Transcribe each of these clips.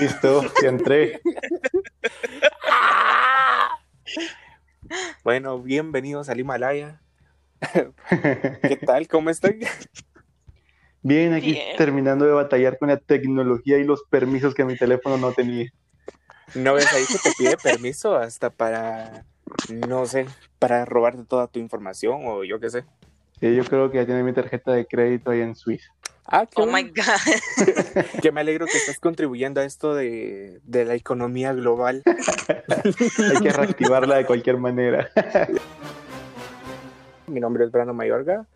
Listo, ya entré. Bueno, bienvenidos al Himalaya. ¿Qué tal? ¿Cómo están? Bien, aquí Bien. terminando de batallar con la tecnología y los permisos que mi teléfono no tenía. ¿No ves ahí que te pide permiso hasta para, no sé, para robarte toda tu información o yo qué sé? Sí, Eh, yo creo que ya tiene mi tarjeta de crédito ahí en Suiza. Ah, qué Oh bueno. my God. Yo me alegro que estás contribuyendo a esto de, de la economía global. Hay que reactivarla de cualquier manera. Mi nombre es Brano Mayorga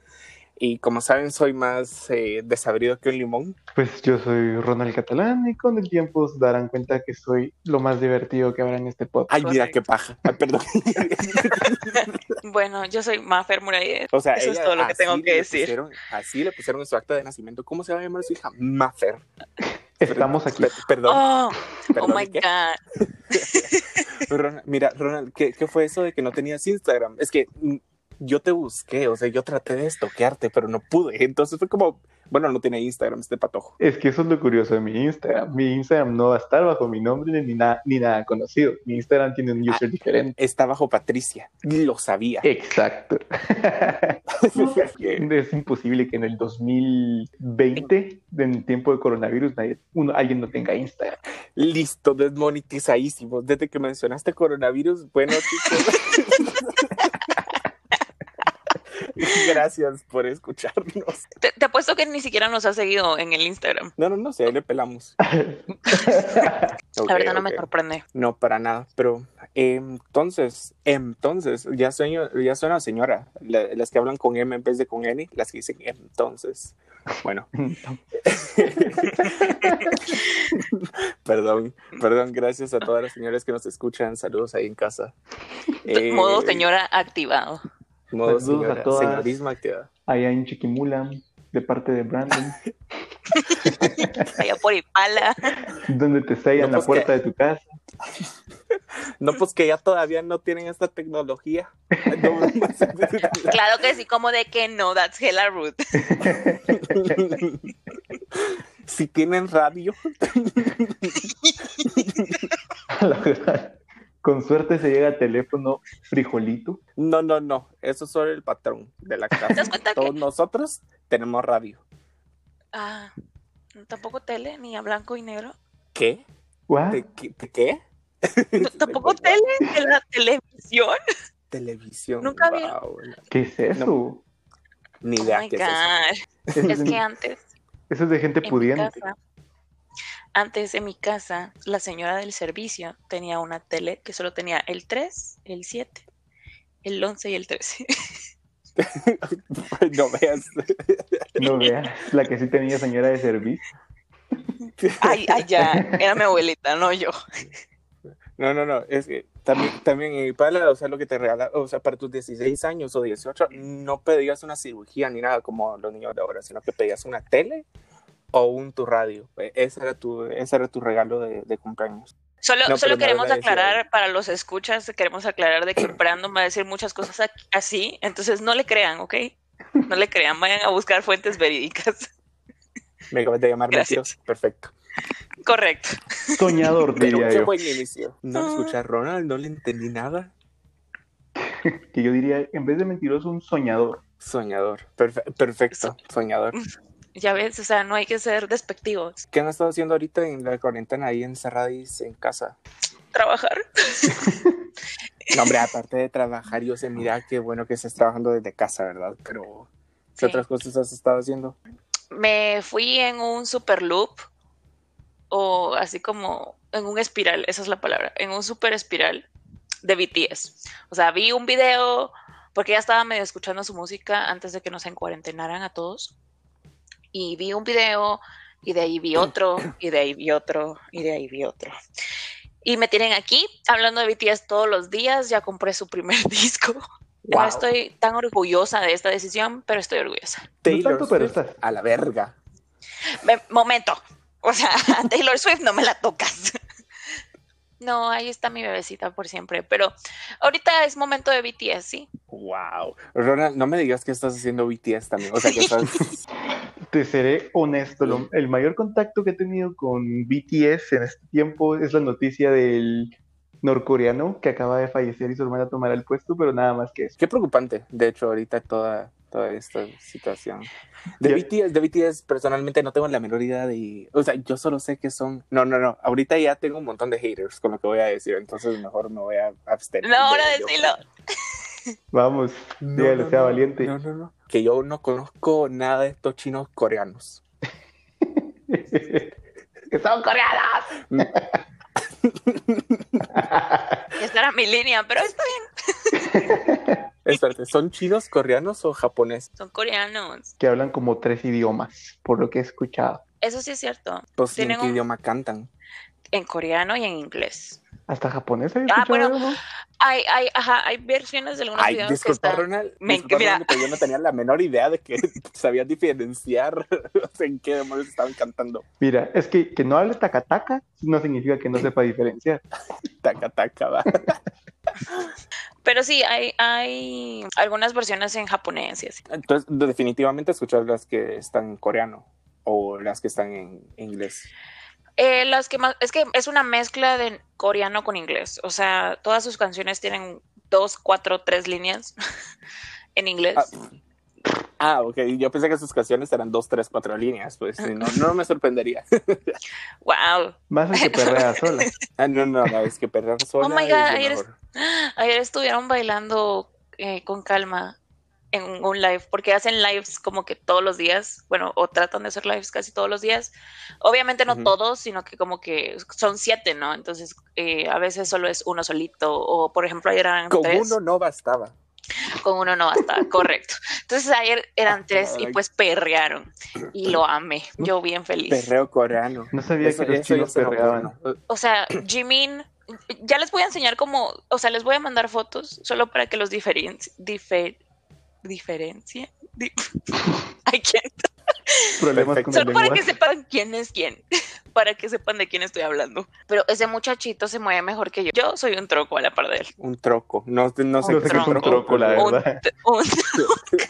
y como saben soy más eh, desabrido que un limón. Pues yo soy Ronald Catalán y con el tiempo se darán cuenta que soy lo más divertido que habrá en este podcast. Ay, mira qué paja. Ay, perdón. Bueno, yo soy Mafer Murayet. O sea, Eso es ella todo lo que así tengo que le decir. pusieron- así le pusieron en su acta de nacimiento. ¿Cómo se va a llamar su hija? Maffer. Estamos aquí. Per- perdón. Oh, oh perdón, my ¿qué? God. Ronald, mira, Ronald, ¿qué, qué fue eso de que no tenías Instagram? Es que mm, yo te busqué, o sea, yo traté de estoquearte, pero no pude. Entonces fue como, bueno, no tiene Instagram este patojo. Es que eso es lo curioso de mi Instagram. Mi Instagram no va a estar bajo mi nombre ni nada, ni nada conocido. Mi Instagram tiene un user diferente. Ah, Está bajo Patricia. Lo sabía. Exacto. es imposible que en el 2020, en el tiempo de coronavirus, nadie, uno- alguien no tenga Instagram. Listo, desmonetizadísimo. Desde que mencionaste coronavirus, bueno, chicos. Gracias por escucharnos. Te, te apuesto que ni siquiera nos ha seguido en el Instagram. No, no, no, si ahí le pelamos. Ok, La verdad no me ok. sorprende. No, para nada, pero eh, entonces, entonces, ya sueño, ya suena señora, la- las que hablan con M en vez de con N, las que dicen entonces. Bueno, perdón, perdón, gracias a todas las señoras que nos escuchan, saludos ahí en casa. Eh, Modo señora activado. Modo Saludos a señora, todas. señorismo activado. Allá en Chiquimula, de parte de Brandon, Allá por Ipala. donde te sellan No, la pues, puerta de tu casa. No, pues que ya todavía no tienen esta tecnología. No, Claro que sí, como de que no, that's hella rude. si tienen radio, La verdad, Con suerte se llega a teléfono frijolito. No, no, no. Eso es solo el patrón de la casa. das cuenta que- Todos nosotros tenemos radio. Ah, tampoco tele, ni a blanco y negro. ¿Qué? ¿What? ¿De qué? de qué? No, Tampoco tele, de la televisión. Televisión. Nunca vi. wow, ¿Qué es eso? Ni Oh idea my qué es eso. God. Eso Es de- que antes. eso es de gente en mi pudiente. casa- antes en mi casa, la señora del servicio tenía una tele que solo tenía el 3, el 7, el 11 y el 13. No veas. No veas, la que sí tenía señora de servicio. Ay, ay, ya, era mi abuelita, no yo. No, no, no. Es que también, también en Ipala, o sea, lo que te regala, o sea, para tus 16 años o 18, no pedías una cirugía ni nada como los niños de ahora, sino que pedías una tele o un tu radio. E- Ese era tu, ese era tu regalo de, de cumpleaños. Solo, No, pero solo la queremos abuela decía- aclarar para los escuchas, queremos aclarar de que Brandon va a decir muchas cosas aquí- así, entonces no le crean, ¿ok? No le crean, vayan a buscar fuentes verídicas. Me acabas de llamar Gracias. mentiroso. Perfecto. Correcto. Soñador, Pero diría qué yo. buen inicio. No lo Ah. escuché a Ronald, no le entendí nada. Que yo diría, en vez de mentiroso, un soñador. Soñador. Perfe- perfecto, soñador. Ya ves, o sea, no hay que ser despectivos. ¿Qué han estado haciendo ahorita en la cuarentena ahí encerradis en casa? Trabajar. No, hombre, aparte de trabajar, yo sé, mira, qué bueno que estés trabajando desde casa, ¿verdad? Pero, ¿qué Sí. otras cosas has estado haciendo? me fui en un super loop o así como en un espiral, esa es la palabra, en un super espiral de BTS. O sea, vi un video porque ya estaba medio escuchando su música antes de que nos encuarentenaran a todos. Y vi un video y de ahí vi otro y de ahí vi otro y de ahí vi otro. Y me tienen aquí hablando de BTS todos los días, ya compré su primer disco. No Wow. estoy tan orgullosa de esta decisión, pero estoy orgullosa. No tanto, pero Swift, estás. a la verga. Ve- momento. O sea, a Taylor Swift no me la tocas. No, ahí está mi bebecita por siempre. Pero ahorita es momento de BTS, ¿sí? Wow. Ronald, no me digas que estás haciendo BTS también. O sea, que estás te seré honesto, lo- el mayor contacto que he tenido con BTS en este tiempo es la noticia del norcoreano que acaba de fallecer y su hermana tomará el puesto, pero nada más que eso. Qué preocupante, de hecho, ahorita toda, toda esta situación. De, Ya- BTS, de BTS, personalmente no tengo la menor idea de... O sea, yo solo sé que son... No, no, no. Ahorita ya tengo un montón de haters con lo que voy a decir, entonces mejor me voy a abstener. No, ahora ello. decilo. Vamos, No, dígale, no, sea no, valiente. no, no, no. Que yo no conozco nada de estos chinos coreanos. que son coreanas. Esta era mi línea, pero está bien. Espérate, ¿son chinos coreanos o japoneses? Son coreanos. que hablan como tres idiomas, por lo que he escuchado. Eso sí es cierto. Pues, ¿En Tienen qué un- idioma cantan? En coreano y en inglés. Hasta japonés he Ah, escuchado. bueno, ¿no? Hay, hay, ajá, hay versiones de algunos Ay, videos que disculpa, están. Ronald. Me- disculpa, mira. Ronald, pero yo no tenía la menor idea de que sabías diferenciar en qué demonios estaban cantando. Mira, es que que no hable tacataca no significa que no sepa diferenciar. Taca, taca, va. Pero sí, hay, hay algunas versiones en japonés y así. Entonces, definitivamente escuchar las que están en coreano o las que están en inglés. Eh, las que más, es que es una mezcla de coreano con inglés. O sea, todas sus canciones tienen dos, cuatro, tres líneas en inglés. Ah, Ah, ok. Yo pensé que sus canciones eran dos, tres, cuatro líneas. Pues si Ah. no, no me sorprendería. Wow. Más el que perrea sola. Ah, no, no, no, es que perder sola Oh my es God, lo eres- mejor. Ayer estuvieron bailando eh, con calma en un, un live, porque hacen lives como que todos los días, bueno, o tratan de hacer lives casi todos los días. Obviamente no Ujú. todos, sino que como que son siete, ¿no? Entonces eh, a veces solo es uno solito, o por ejemplo ayer eran Con tres, uno no bastaba. con uno no basta, correcto. Entonces ayer eran tres y caray. pues perrearon y lo amé, yo bien feliz. Perreo coreano. No sabía Eso- que los eso ya chinos suena perreaban. bueno. O sea, Jimin, ya les voy a enseñar cómo, o sea, les voy a mandar fotos solo para que los diferen, difer, diferencien. di- Ay, ¿quién? Problemas con el Solo para lenguaje. que sepan quién es quién, para que sepan de quién estoy hablando. Pero ese muchachito se mueve mejor que yo. Yo soy un troco a la par de él. Un troco. No, no sé No qué sé qué es un tronco. troco, la Un- verdad. un-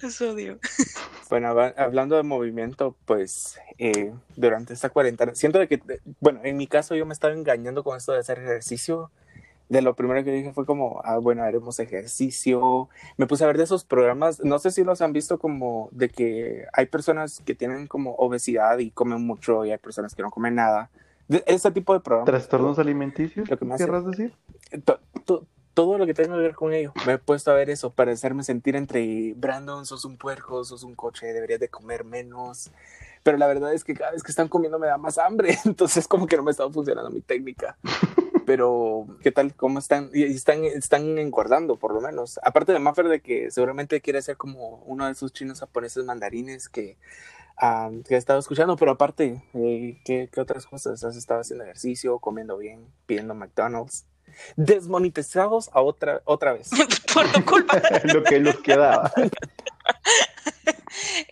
los odio. Bueno, hab- hablando de movimiento, pues eh, durante esta cuarentena, siento de que, de- bueno, en mi caso yo me estaba engañando con esto de hacer ejercicio. De lo primero que dije fue como, ah, bueno, haremos ejercicio. Me puse a ver de esos programas, no sé si los han visto como de que hay personas que tienen como obesidad y comen mucho y hay personas que no comen nada. De- ese tipo de programas. ¿Trastornos alimenticios? Lo que más- ¿Querrás decir? to- to- todo lo que tenga que ver con ello. Me he puesto a ver eso para hacerme sentir entre Brandon, sos un puerco, sos un coche, deberías de comer menos. Pero la verdad es que cada vez que están comiendo me da más hambre, entonces como que no me estaba funcionando mi técnica. Pero, ¿qué tal? ¿Cómo están? Y y están, están engordando, por lo menos. Aparte de Maffer, de que seguramente quiere ser como uno de esos chinos japoneses mandarines que, ah, que he estado escuchando. Pero aparte, eh, ¿qué, ¿qué otras cosas? ¿Has estado haciendo ejercicio, comiendo bien, pidiendo McDonald's? desmonetizados a otra, otra vez. Por tu culpa. lo que los quedaba.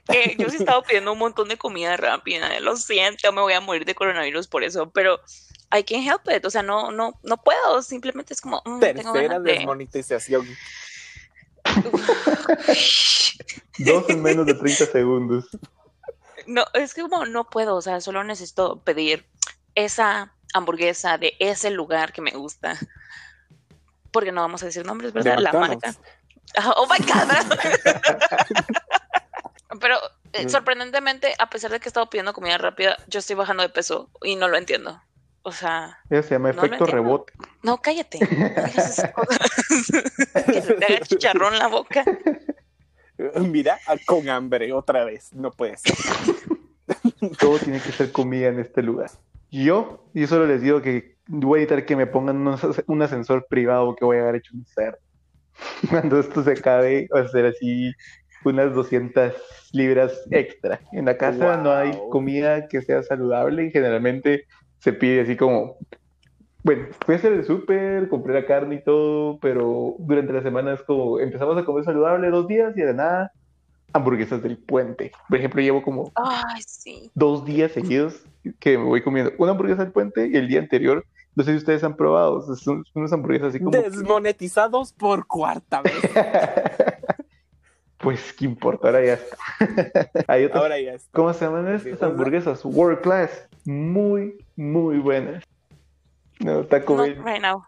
que yo sí estaba pidiendo un montón de comida rápida, eh, lo siento, me voy a morir de coronavirus por eso, pero I can't help it, o sea, no, no, no puedo, simplemente es como, mm, tengo Tercera ganas de... desmonetización. Dos en menos de 30 segundos. No, es que como no puedo, o sea, solo necesito pedir esa hamburguesa de ese lugar que me gusta, porque no vamos a decir nombres, De ¿verdad? La marca. McDonald's. Ah, Oh my God, Pero eh, Mm. sorprendentemente, a pesar de que he estado pidiendo comida rápida, yo estoy bajando de peso y no lo entiendo. O sea, Eso se llama No lo efecto entiendo. rebote. No, cállate. no digas esas cosas. que se te haga chicharrón la boca. Mira, ah, con hambre otra vez. No puede ser. Todo tiene que ser comida en este lugar. Yo, yo solo les digo que voy a evitar que me pongan un, as- un ascensor privado que voy a haber hecho un cerdo. Cuando esto se acabe, va a ser así unas 200 libras extra. En la casa no hay Wow. comida que sea saludable y generalmente se pide así como, bueno, fui a hacer el súper, compré la carne y todo, pero durante la semana es como, empezamos a comer saludable dos días y de la nada, hamburguesas del puente. Por ejemplo, llevo como Ay, sí. dos días seguidos que me voy comiendo una hamburguesa del puente y el día anterior, no sé si ustedes han probado, o sea, son son unas hamburguesas así como... Desmonetizados por cuarta vez. Pues qué importa, ahora ya está. Hay otras, Ahora ya está. ¿Cómo se llaman Sí, estas una- hamburguesas? World Class. Muy, muy buenas. No, Taco No, Bell. right now.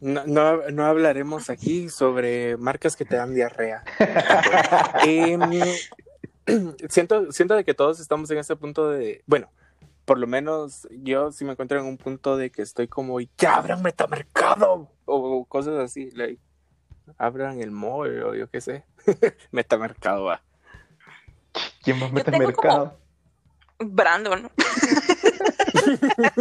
No, no, no hablaremos aquí sobre marcas que te dan diarrea. Em, siento, siento de que todos estamos en ese punto de, bueno, por lo menos yo sí me encuentro en un punto de que estoy como, ya abran metamercado o, o cosas así, like, abran el mall o yo qué sé, metamercado va. ¿Quién más mete tengo mercado? Brandon.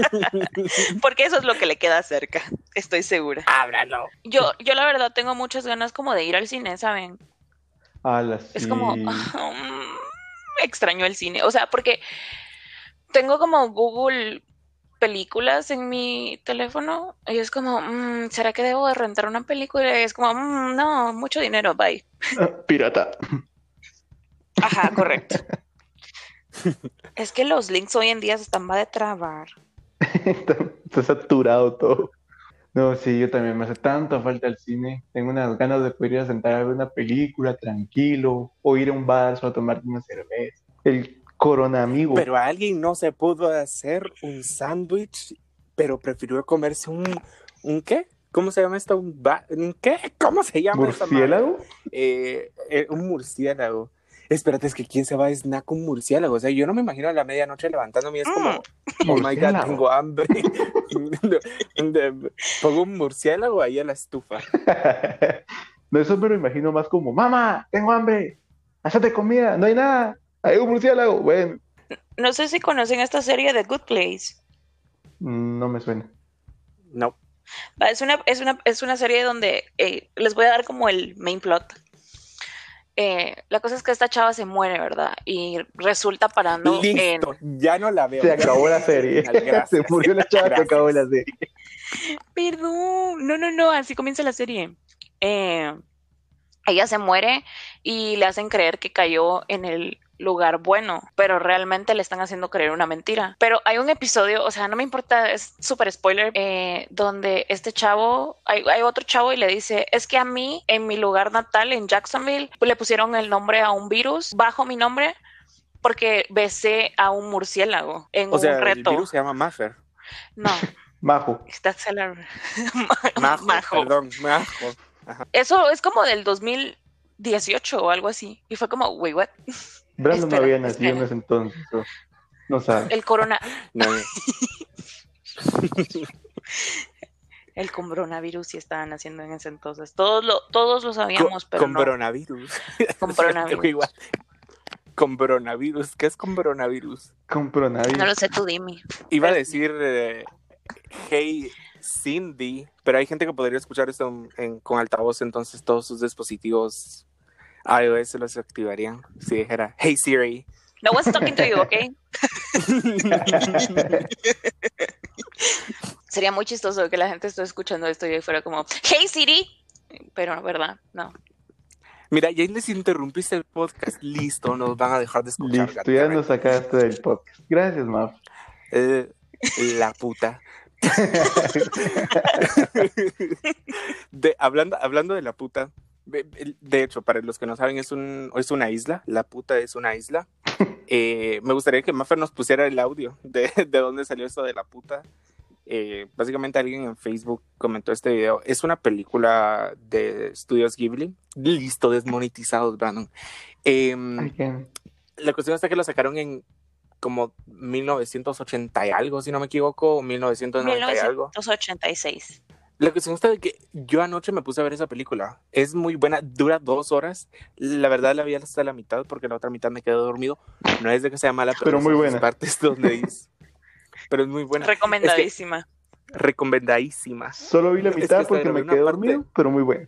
Porque eso es lo que le queda cerca, estoy segura. Ábralo. Yo, yo la verdad tengo muchas ganas como de ir al cine, ¿saben? A las. Es como, mm, extraño el cine. O sea, porque tengo como Google películas en mi teléfono y es como, mm, ¿será que debo de rentar una película? Y es como, mm, no, mucho dinero, bye. Pirata. Ajá, correcto. es que los links hoy en día se están va de trabar. está, está saturado todo. No, sí, yo también me hace tanta falta el cine. Tengo unas ganas de poder ir a sentar a ver una película tranquilo o ir a un bar solo a tomar una cerveza. El corona amigo. Pero a alguien no se pudo hacer un sándwich, pero prefirió comerse un, ¿un qué? ¿Cómo se llama esto? ¿Un, ba- un qué? ¿Cómo se llama esta madre? ¿Murciélago? Eh, eh, un murciélago. Espérate, es que ¿quién se va a snack un murciélago? O sea, yo no me imagino a la medianoche levantándome y es como, Mm, oh my god, Murciélago. tengo hambre. De- de- Pongo un murciélago ahí a la estufa. no, eso me lo imagino más como, mamá, tengo hambre, hazte comida, no hay nada, hay un murciélago. Bueno, No sé si conocen esta serie de Good Place. no me suena. No. Va, Ah, Es una, es una, es una serie donde eh, les voy a dar como el main plot. Eh, la cosa es que esta chava se muere, ¿verdad? Y resulta parando en. Listo, ya no la veo. Se acabó la serie. Gracias. Se murió la chava, se Gracias. acabó la serie. Perdón. No, no, no. Así comienza la serie. Eh, ella se muere y le hacen creer que cayó en el lugar bueno, pero realmente le están haciendo creer una mentira. Pero hay un episodio, o sea, no me importa, es súper spoiler, eh, donde este chavo, hay, hay otro chavo y le dice, es que a mí, en mi lugar natal, en Jacksonville, le pusieron el nombre a un virus bajo mi nombre porque besé a un murciélago en O sea, un el reto. virus se llama Maffer. No, Majo. está celar. Majo, Majo. perdón, Majo. Eso es como del 2018 o algo así. Y fue como, wait, what? Brandon no Espera, había nacido en espera. ese entonces. No, no sabe. El corona, No, el coronavirus sí estaban haciendo en ese entonces. Todos lo, todos lo sabíamos, con, pero con no. coronavirus. Con coronavirus. Igual. Con coronavirus. ¿Qué es con coronavirus? Con pronavirus. No lo sé tú, Dimi. Iba a decir eh, Hey Cindy, pero hay gente que podría escuchar esto en- en- con altavoz, entonces todos sus dispositivos iOS se los activarían si dijera Hey Siri. No one's talking to you, ¿ok? Sería muy chistoso que la gente estuviera escuchando esto y fuera como, hey Siri. Pero, ¿verdad? No. Mira, ya les interrumpiste el podcast. Listo, nos van a dejar de escuchar. Listo, ya goddammit. nos sacaste del podcast. Gracias, Maf. Eh, la puta. De- hablando, hablando de la puta, de, de hecho, para los que no saben, es, un, es una isla. La puta es una isla. Eh, me gustaría que Maffer nos pusiera el audio de, de dónde salió eso de la puta. Eh, básicamente alguien en Facebook comentó este video. Es una película de estudios Ghibli. Listo, desmonetizados, Brandon. Em, Ay, qué- la cuestión está que lo sacaron en como 1980 y algo, si no me equivoco, o 1990 y algo. 1986. La cuestión está de que yo anoche me puse a ver esa película. Es muy buena, dura dos horas. La verdad la vi hasta la mitad porque la otra mitad me quedé dormido. No es de que sea mala, pero, Pero son muy sus buena. partes donde dice- Pero es muy buena, Recomendadísima. recomendadísima. Solo vi la Es que mitad está porque grave me una quedé parte. dormido, pero muy bueno.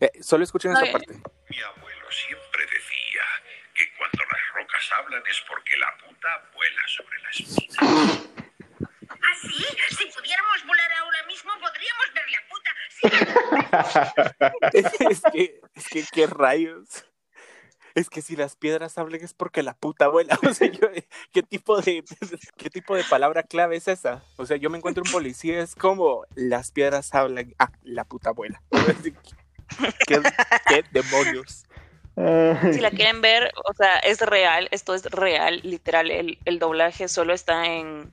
Eh, solo escuchen Está esa parte. Mi abuelo siempre decía que cuando las rocas hablan es porque la puta vuela sobre la espina. Así, si pudiéramos volar ahora mismo, podríamos ver la puta. Sí, es, que, es que, qué rayos. Es que si las piedras hablan es porque la puta abuela. O sea, yo- ¿qué, tipo de, ¿qué tipo de palabra clave es esa? O sea, yo me encuentro un policía, es como las piedras hablan. Ah, la puta abuela. ¿Qué, qué demonios? Si la quieren ver, o sea, es real, esto es real, literal, el, el doblaje solo está en,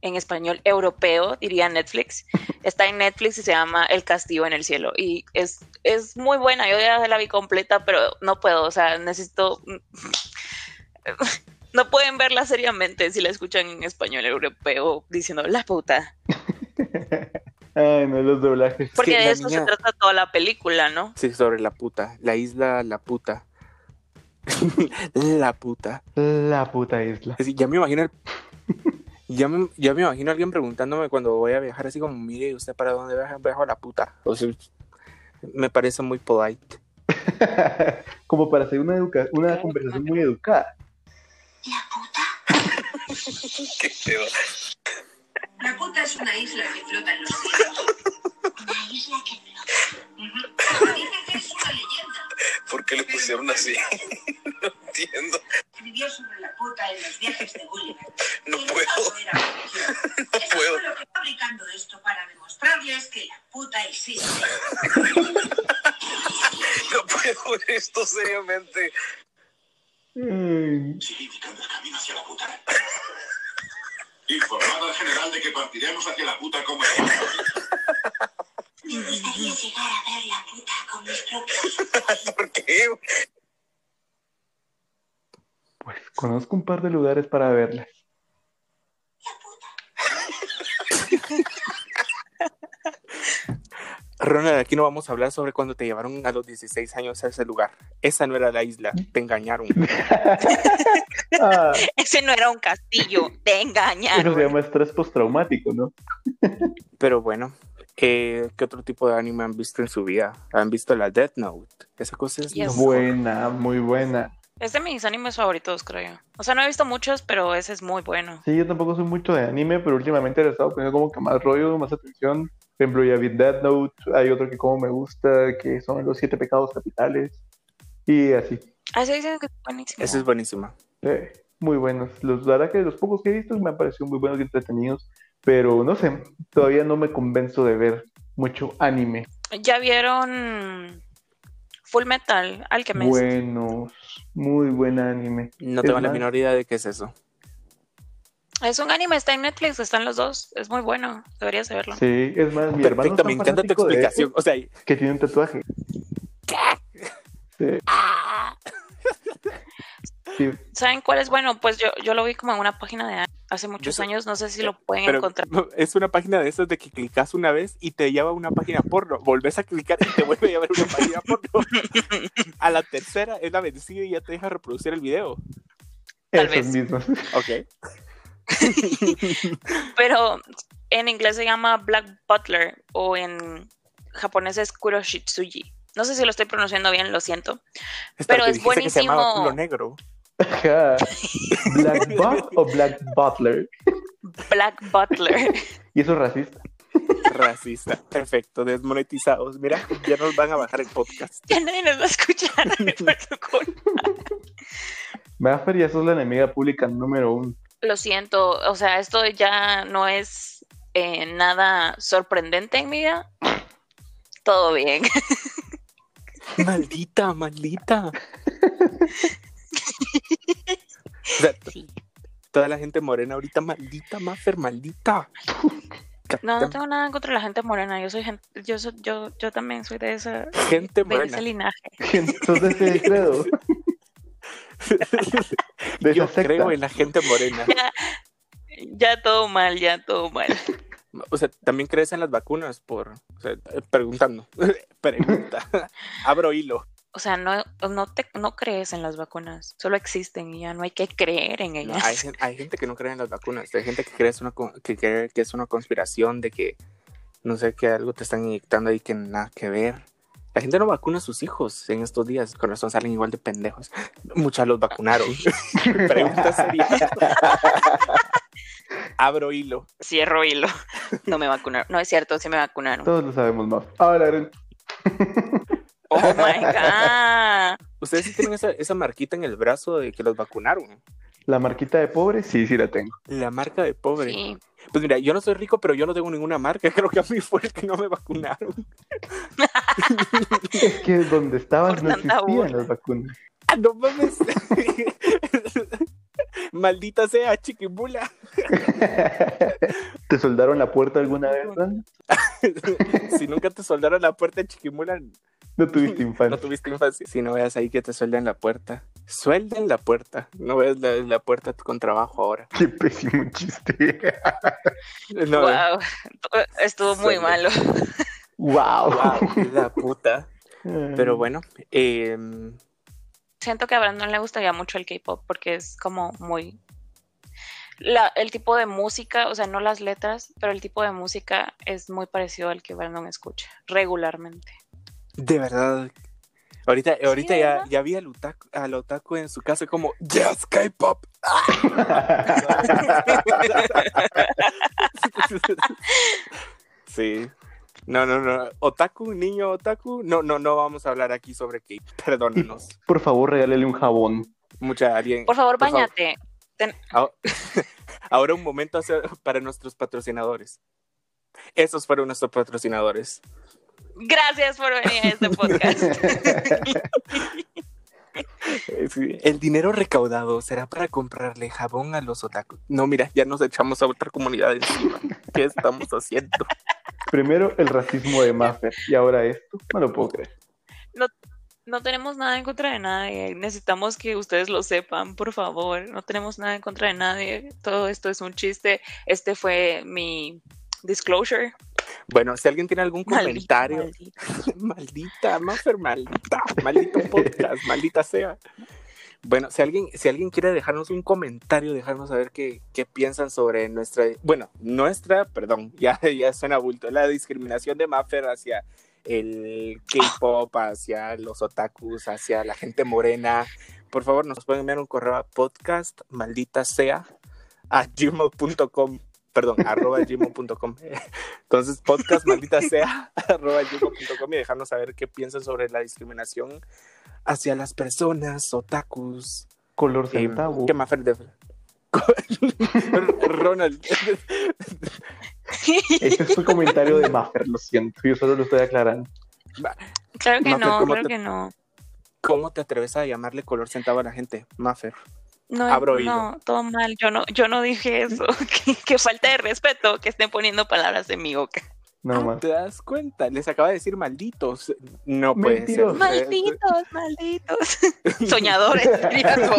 en español europeo, diría Netflix. Está en Netflix y se llama El Castillo en el Cielo. Y es, es muy buena, yo ya la vi completa, pero no puedo, o sea, necesito... No pueden verla seriamente si la escuchan en español europeo diciendo la puta. Ay, no, los doblajes. Porque que de la eso niña- se trata toda la película, ¿no? Sí, sobre la puta. La isla, la puta. la puta. La puta isla. Es decir, ya me imagino. el- Ya me, ya me imagino a alguien preguntándome cuando voy a viajar así como, mire, ¿y ¿usted para dónde viaja? Viajo a la puta. O sea, me parece muy polite. Como para hacer una, educa- una conversación muy educada. Qué pedo. La puta es una isla que flota en los cielos. Una isla que flota. Dicen que es una leyenda ¿Por qué le pusieron así? No entiendo. que vivió sobre la puta en los viajes de Gulliver. No Y el puedo. caso era ficción. Eso puedo. fue lo que fabricando esto para demostrarles que la puta existe. No puedo ver esto seriamente. Ay, significando el camino hacia la puta. Informado al general de que partiremos hacia la puta como el Me gustaría llegar a ver la puta con mis propios ¿Por qué? Pues conozco un par de lugares para verla. Ronald, aquí no vamos a hablar sobre cuando te llevaron a los 16 años a ese lugar. Esa no era la isla, te engañaron. Ah, Ese no era un castillo, te eso se engañaron. llama estrés postraumático, ¿no? Pero bueno, eh, ¿qué otro tipo de anime han visto en su vida? ¿Han visto la Death Note? Esa cosa es... Yes. Buena, muy buena. Es de mis animes favoritos, creo yo. O sea, no he visto muchos, pero ese es muy bueno. Sí, yo tampoco soy mucho de anime, pero últimamente le he estado poniendo como que más rollo, más atención. Por ejemplo, ya vi Death Note, hay otro que como me gusta, que son los siete pecados capitales. Y así. Ah, sí, dicen que es buenísimo. Esa es buenísima. eh, muy buenos. Los, la verdad que los pocos que he visto me han parecido muy buenos y entretenidos. Pero no sé, todavía no me convenzo de ver mucho anime. ¿Ya vieron Full Metal Alchemist? Buenos, muy buen anime. No Es tengo la más- menor idea de qué es eso. Es un anime, está en Netflix, están los dos. Es muy bueno, deberías de verlo. Sí, es más, mi hermano Perfecto, es tan me encanta tu fanático de ese explicación. O sea, que tiene un tatuaje. Sí. Sí, ¿Saben cuál es bueno? Pues yo, yo lo vi como en una página de anime hace muchos sé- años, no sé si lo pueden pero encontrar. es una página de esas de que clicas una vez y te lleva a una página porno. Volves a clicar y te vuelve a llevar a una página porno. A la tercera es la vencida y ya te deja reproducir el video. Tal esos vez. mismos. Ok. Pero en inglés se llama Black Butler o en japonés es Kuroshitsuji. No sé si lo estoy pronunciando bien, lo siento. Pero es dijiste que se llamaba buenísimo. Culo negro. Ajá. Black Bot o Black Butler. Black Butler. Y eso es racista. Racista. Perfecto. Desmonetizados. Mira, ya nos van a bajar el podcast. ya nadie nos va a escuchar por tu culpa. Maffer, ya sos la enemiga pública número uno. Lo siento, o sea, esto ya no es eh, nada sorprendente en mi vida. Todo bien. Maldita, maldita. O sea, t- Toda la gente morena ahorita, maldita, Maffer, maldita. No, no tengo nada en contra de la gente morena. Yo soy gente, yo soy- yo, yo también soy de esa, Gente de ese morena. linaje. Entonces ese credo. De esa Yo secta. creo en la gente morena. Ya, ya todo mal, ya todo mal. O sea, también crees en las vacunas por o sea, eh, preguntando. Pregunta. Abro hilo. O sea, no, no te no crees en las vacunas, solo existen y ya no hay que creer en No, ellas. hay, gen- hay gente que no cree en las vacunas. Hay gente que cree, es una, co- que cree que es una conspiración de que no sé que algo te están inyectando ahí que nada que ver. La gente no vacuna a sus hijos en estos días. Con razón salen igual de pendejos. Muchas los vacunaron. Pregunta seria. Abro hilo. Cierro hilo. No me vacunaron. No es cierto, sí me vacunaron. Todos lo sabemos, Maffer. Ahora, Aaron, Oh my god. Ustedes sí tienen esa, esa marquita en el brazo de que los vacunaron. La marquita de pobre, sí, sí la tengo. La marca de pobre. Sí. Pues mira, yo no soy rico, pero yo no tengo ninguna marca. Creo que a mí fue el que no me vacunaron. Es que donde estabas Por no tanta existían burla. las vacunas. Ah, no mames. Maldita sea, chiquimula. ¿Te soldaron la puerta alguna vez, Fran? si nunca te soldaron la puerta, chiquimula, No tuviste no infancia. tuviste infancia. Si no veas ahí que te sueldan la puerta. Suelden la puerta. No veas la, la puerta con trabajo ahora. Qué pésimo chiste. No, Wow. Estuvo muy Sueldo. malo. wow. wow, la puta. Pero bueno, eh, Siento que a Brandon le gustaría mucho el K-pop porque es como muy. la- el tipo de música, o sea, no las letras, pero el tipo de música es muy parecido al que Brandon escucha regularmente. de verdad. Ahorita, ahorita de ya, verdad. ya vi al otaku, al otaku en su casa como, yes, K-pop. sí. No, no, no. Otaku, niño otaku. No, no, no vamos a hablar aquí sobre K. Perdónanos. Por favor, regálele un jabón. Mucha alguien. Por favor, Por favor. bañate. Ah, Ahora un momento hacia- para nuestros patrocinadores. Esos fueron nuestros patrocinadores. Gracias por venir a este podcast. Eh, Sí, El dinero recaudado será para comprarle jabón a los otaku. No, mira, ya nos echamos a otra comunidad encima. ¿Qué estamos haciendo? Primero el racismo de Maffer y ahora esto. No lo puedo creer. No tenemos nada en contra de nadie. Necesitamos que ustedes lo sepan, por favor. No tenemos nada en contra de nadie. Todo esto es un chiste. Este fue mi disclosure. Bueno, si alguien tiene algún Maldito, comentario, maldito. Maldita, Maffer, maldita, maldito podcast, maldita sea. Bueno, si alguien, si alguien quiere dejarnos un comentario, dejarnos saber qué, qué piensan sobre nuestra, bueno, nuestra, perdón, ya, ya suena bulto, la discriminación de Maffer hacia el K-pop, hacia los otakus, hacia la gente morena. Por favor, nos pueden enviar un correo a podcast, maldita sea, a gmail.com, perdón, arroba gmail.com. Entonces, podcast, maldita sea, arroba gmail.com y dejarnos saber qué piensan sobre la discriminación hacia las personas, otakus. Color eh, centavo. ¿Qué más, Fer? de- Ronald. Ese es tu comentario de Maffer, lo siento. Yo solo lo estoy aclarando. Claro que Mafer, no, ¿cómo claro te- que no. ¿Cómo te atreves a llamarle color centavo a la gente, Maffer? No, Abro no, hilo. todo mal. Yo no, yo no dije eso. qué, qué falta de respeto que estén poniendo palabras de mi boca. No más. ¿Te das cuenta? Les acaba de decir malditos. No puede Mentirosos. ser. Malditos, malditos. Soñadores. diría yo.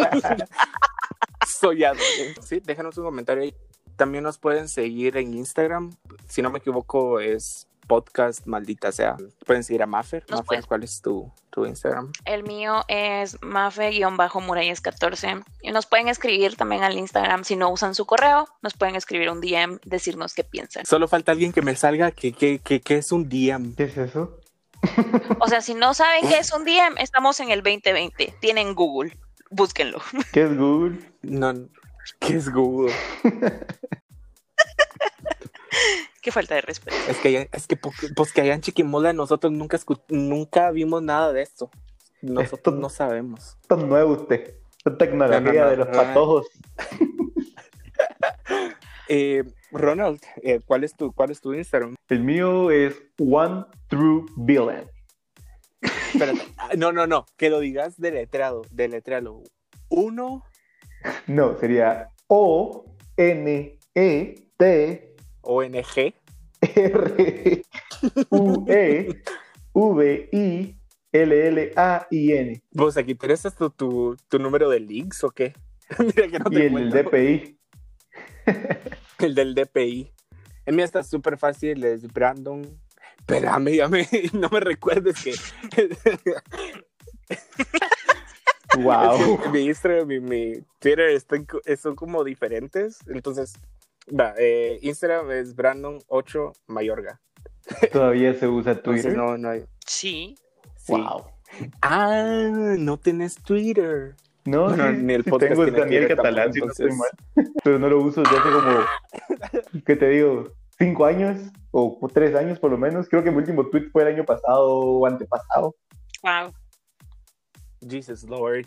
Soy Adrián. Sí, déjanos un comentario ahí. También nos pueden seguir en Instagram. Si no me equivoco, es podcast maldita sea. Pueden seguir a Maffer. Nos Maffer, ¿cuál es tu, tu Instagram? El mío es mafe-muralles14. Y nos pueden escribir también al Instagram. Si no usan su correo, nos pueden escribir un DM, decirnos qué piensan. Solo falta alguien que me salga que, que, que, que es un DM. ¿Qué es eso? O sea, si no saben qué es un DM, estamos en el 2020. Tienen Google. Búsquenlo. ¿Qué es Google? No, que es Google. Qué falta de respeto. Es que, es que po- pues que allá en Chiquimola nosotros nunca, escu- nunca vimos nada de esto. Nosotros no sabemos. Tan nuevo usted. La tecnología No, no, no. de los No, no. patojos. Eh, Ronald, eh, ¿cuál, es tu, ¿cuál es tu Instagram? El mío es One True Villain. Espérate. Ah, No, no, no. Que lo digas deletrado, deletrealo. Uno. No, sería O N E T ONG. R U E V I L L A I N Vos Pues aquí tenés tu, tu, tu número de links o qué? Mira que no y te el cuento. DPI. El del DPI. El mío está súper fácil, es Brandon. Espérame, ya me, no me recuerdes que Wow. Ah, es que mi Instagram y mi Twitter están co- eh, son como diferentes. Entonces, va, eh, Instagram es Brandon8 Mayorga. Todavía se usa Entonces, Twitter. no, no hay. Sí. sí. Wow. Ah, no tenés Twitter. No, Bueno, sí, ni el sí podcast tengo tiene Daniel Twitter Catalán, tampoco, si no estoy mal. entonces. Pero no lo uso desde hace como, ¿qué te digo? Cinco años o tres años por lo menos. Creo que mi último tweet Ah, fue el año pasado o antepasado. Wow. Jesus Lord.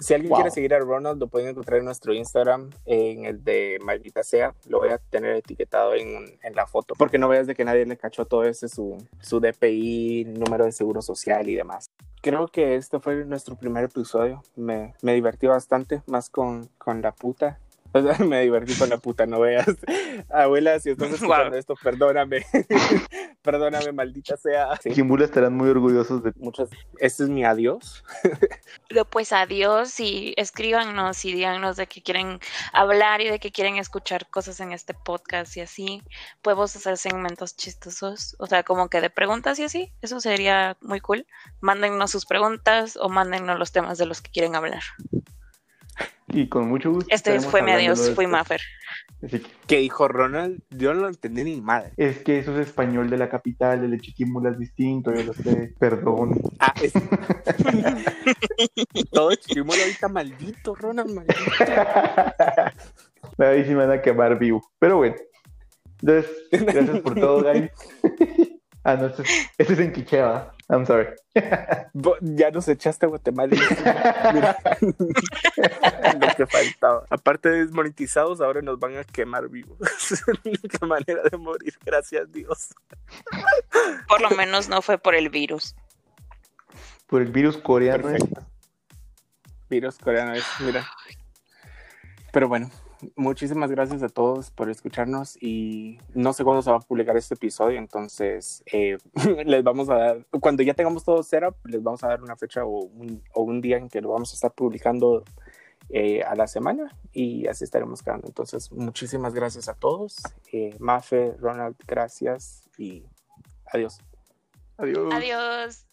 Si alguien Wow. quiere seguir a Ronald, lo pueden encontrar en nuestro Instagram, en el de Maldita Sea. Lo voy a tener etiquetado en, en la foto, porque no veas de que nadie le cachó todo ese su, su DPI, número de seguro social y demás. Creo que este fue nuestro primer episodio. Me, me divertí bastante, más con, con la puta. O sea, me divertí con la puta, no veas. Abuela, si estás escuchando Wow. esto, perdóname. perdóname, maldita sea. Sí, Kimbula estarán muy orgullosos de ti. muchas. Este es mi adiós. Pero, Pues adiós y escríbanos y díganos de que quieren hablar y de que quieren escuchar cosas en este podcast y así. Podemos hacer segmentos chistosos, o sea, como que de preguntas y así. Eso sería muy cool. Mándennos sus preguntas o mándennos los temas de los que quieren hablar. Y con mucho gusto. Este estaremos fue mi hablándolo adiós, de fui esto. Maffer. Así que que dijo Ronald, yo no lo entendí ni madre. es que eso es español de la capital, el de Chiquimula es distinto, yo lo sé. Perdón. Ah, es... Todo chiquimolo ahorita maldito, Ronald, maldito. Ahí sí me van a quemar vivo. Pero bueno. Entonces, gracias por todo, guys. ah, no, este es, este es en Quicheva. I'm sorry. Bo- Ya nos echaste a Guatemala. Mira, lo que faltaba. Aparte de desmonetizados, ahora nos van a quemar vivos. Qué manera de morir, gracias Dios. Por lo menos no fue por el virus. Por el virus coreano. Perfecto. Virus coreano es, mira. Pero bueno, muchísimas gracias a todos por escucharnos y no sé cuándo se va a publicar este episodio, entonces eh, les vamos a dar, cuando ya tengamos todo setup, les vamos a dar una fecha o un, o un día en que lo vamos a estar publicando eh, a la semana y así estaremos quedando. Entonces, muchísimas gracias a todos. Eh, Mafe, Ronald, gracias y adiós. Adiós. Adiós.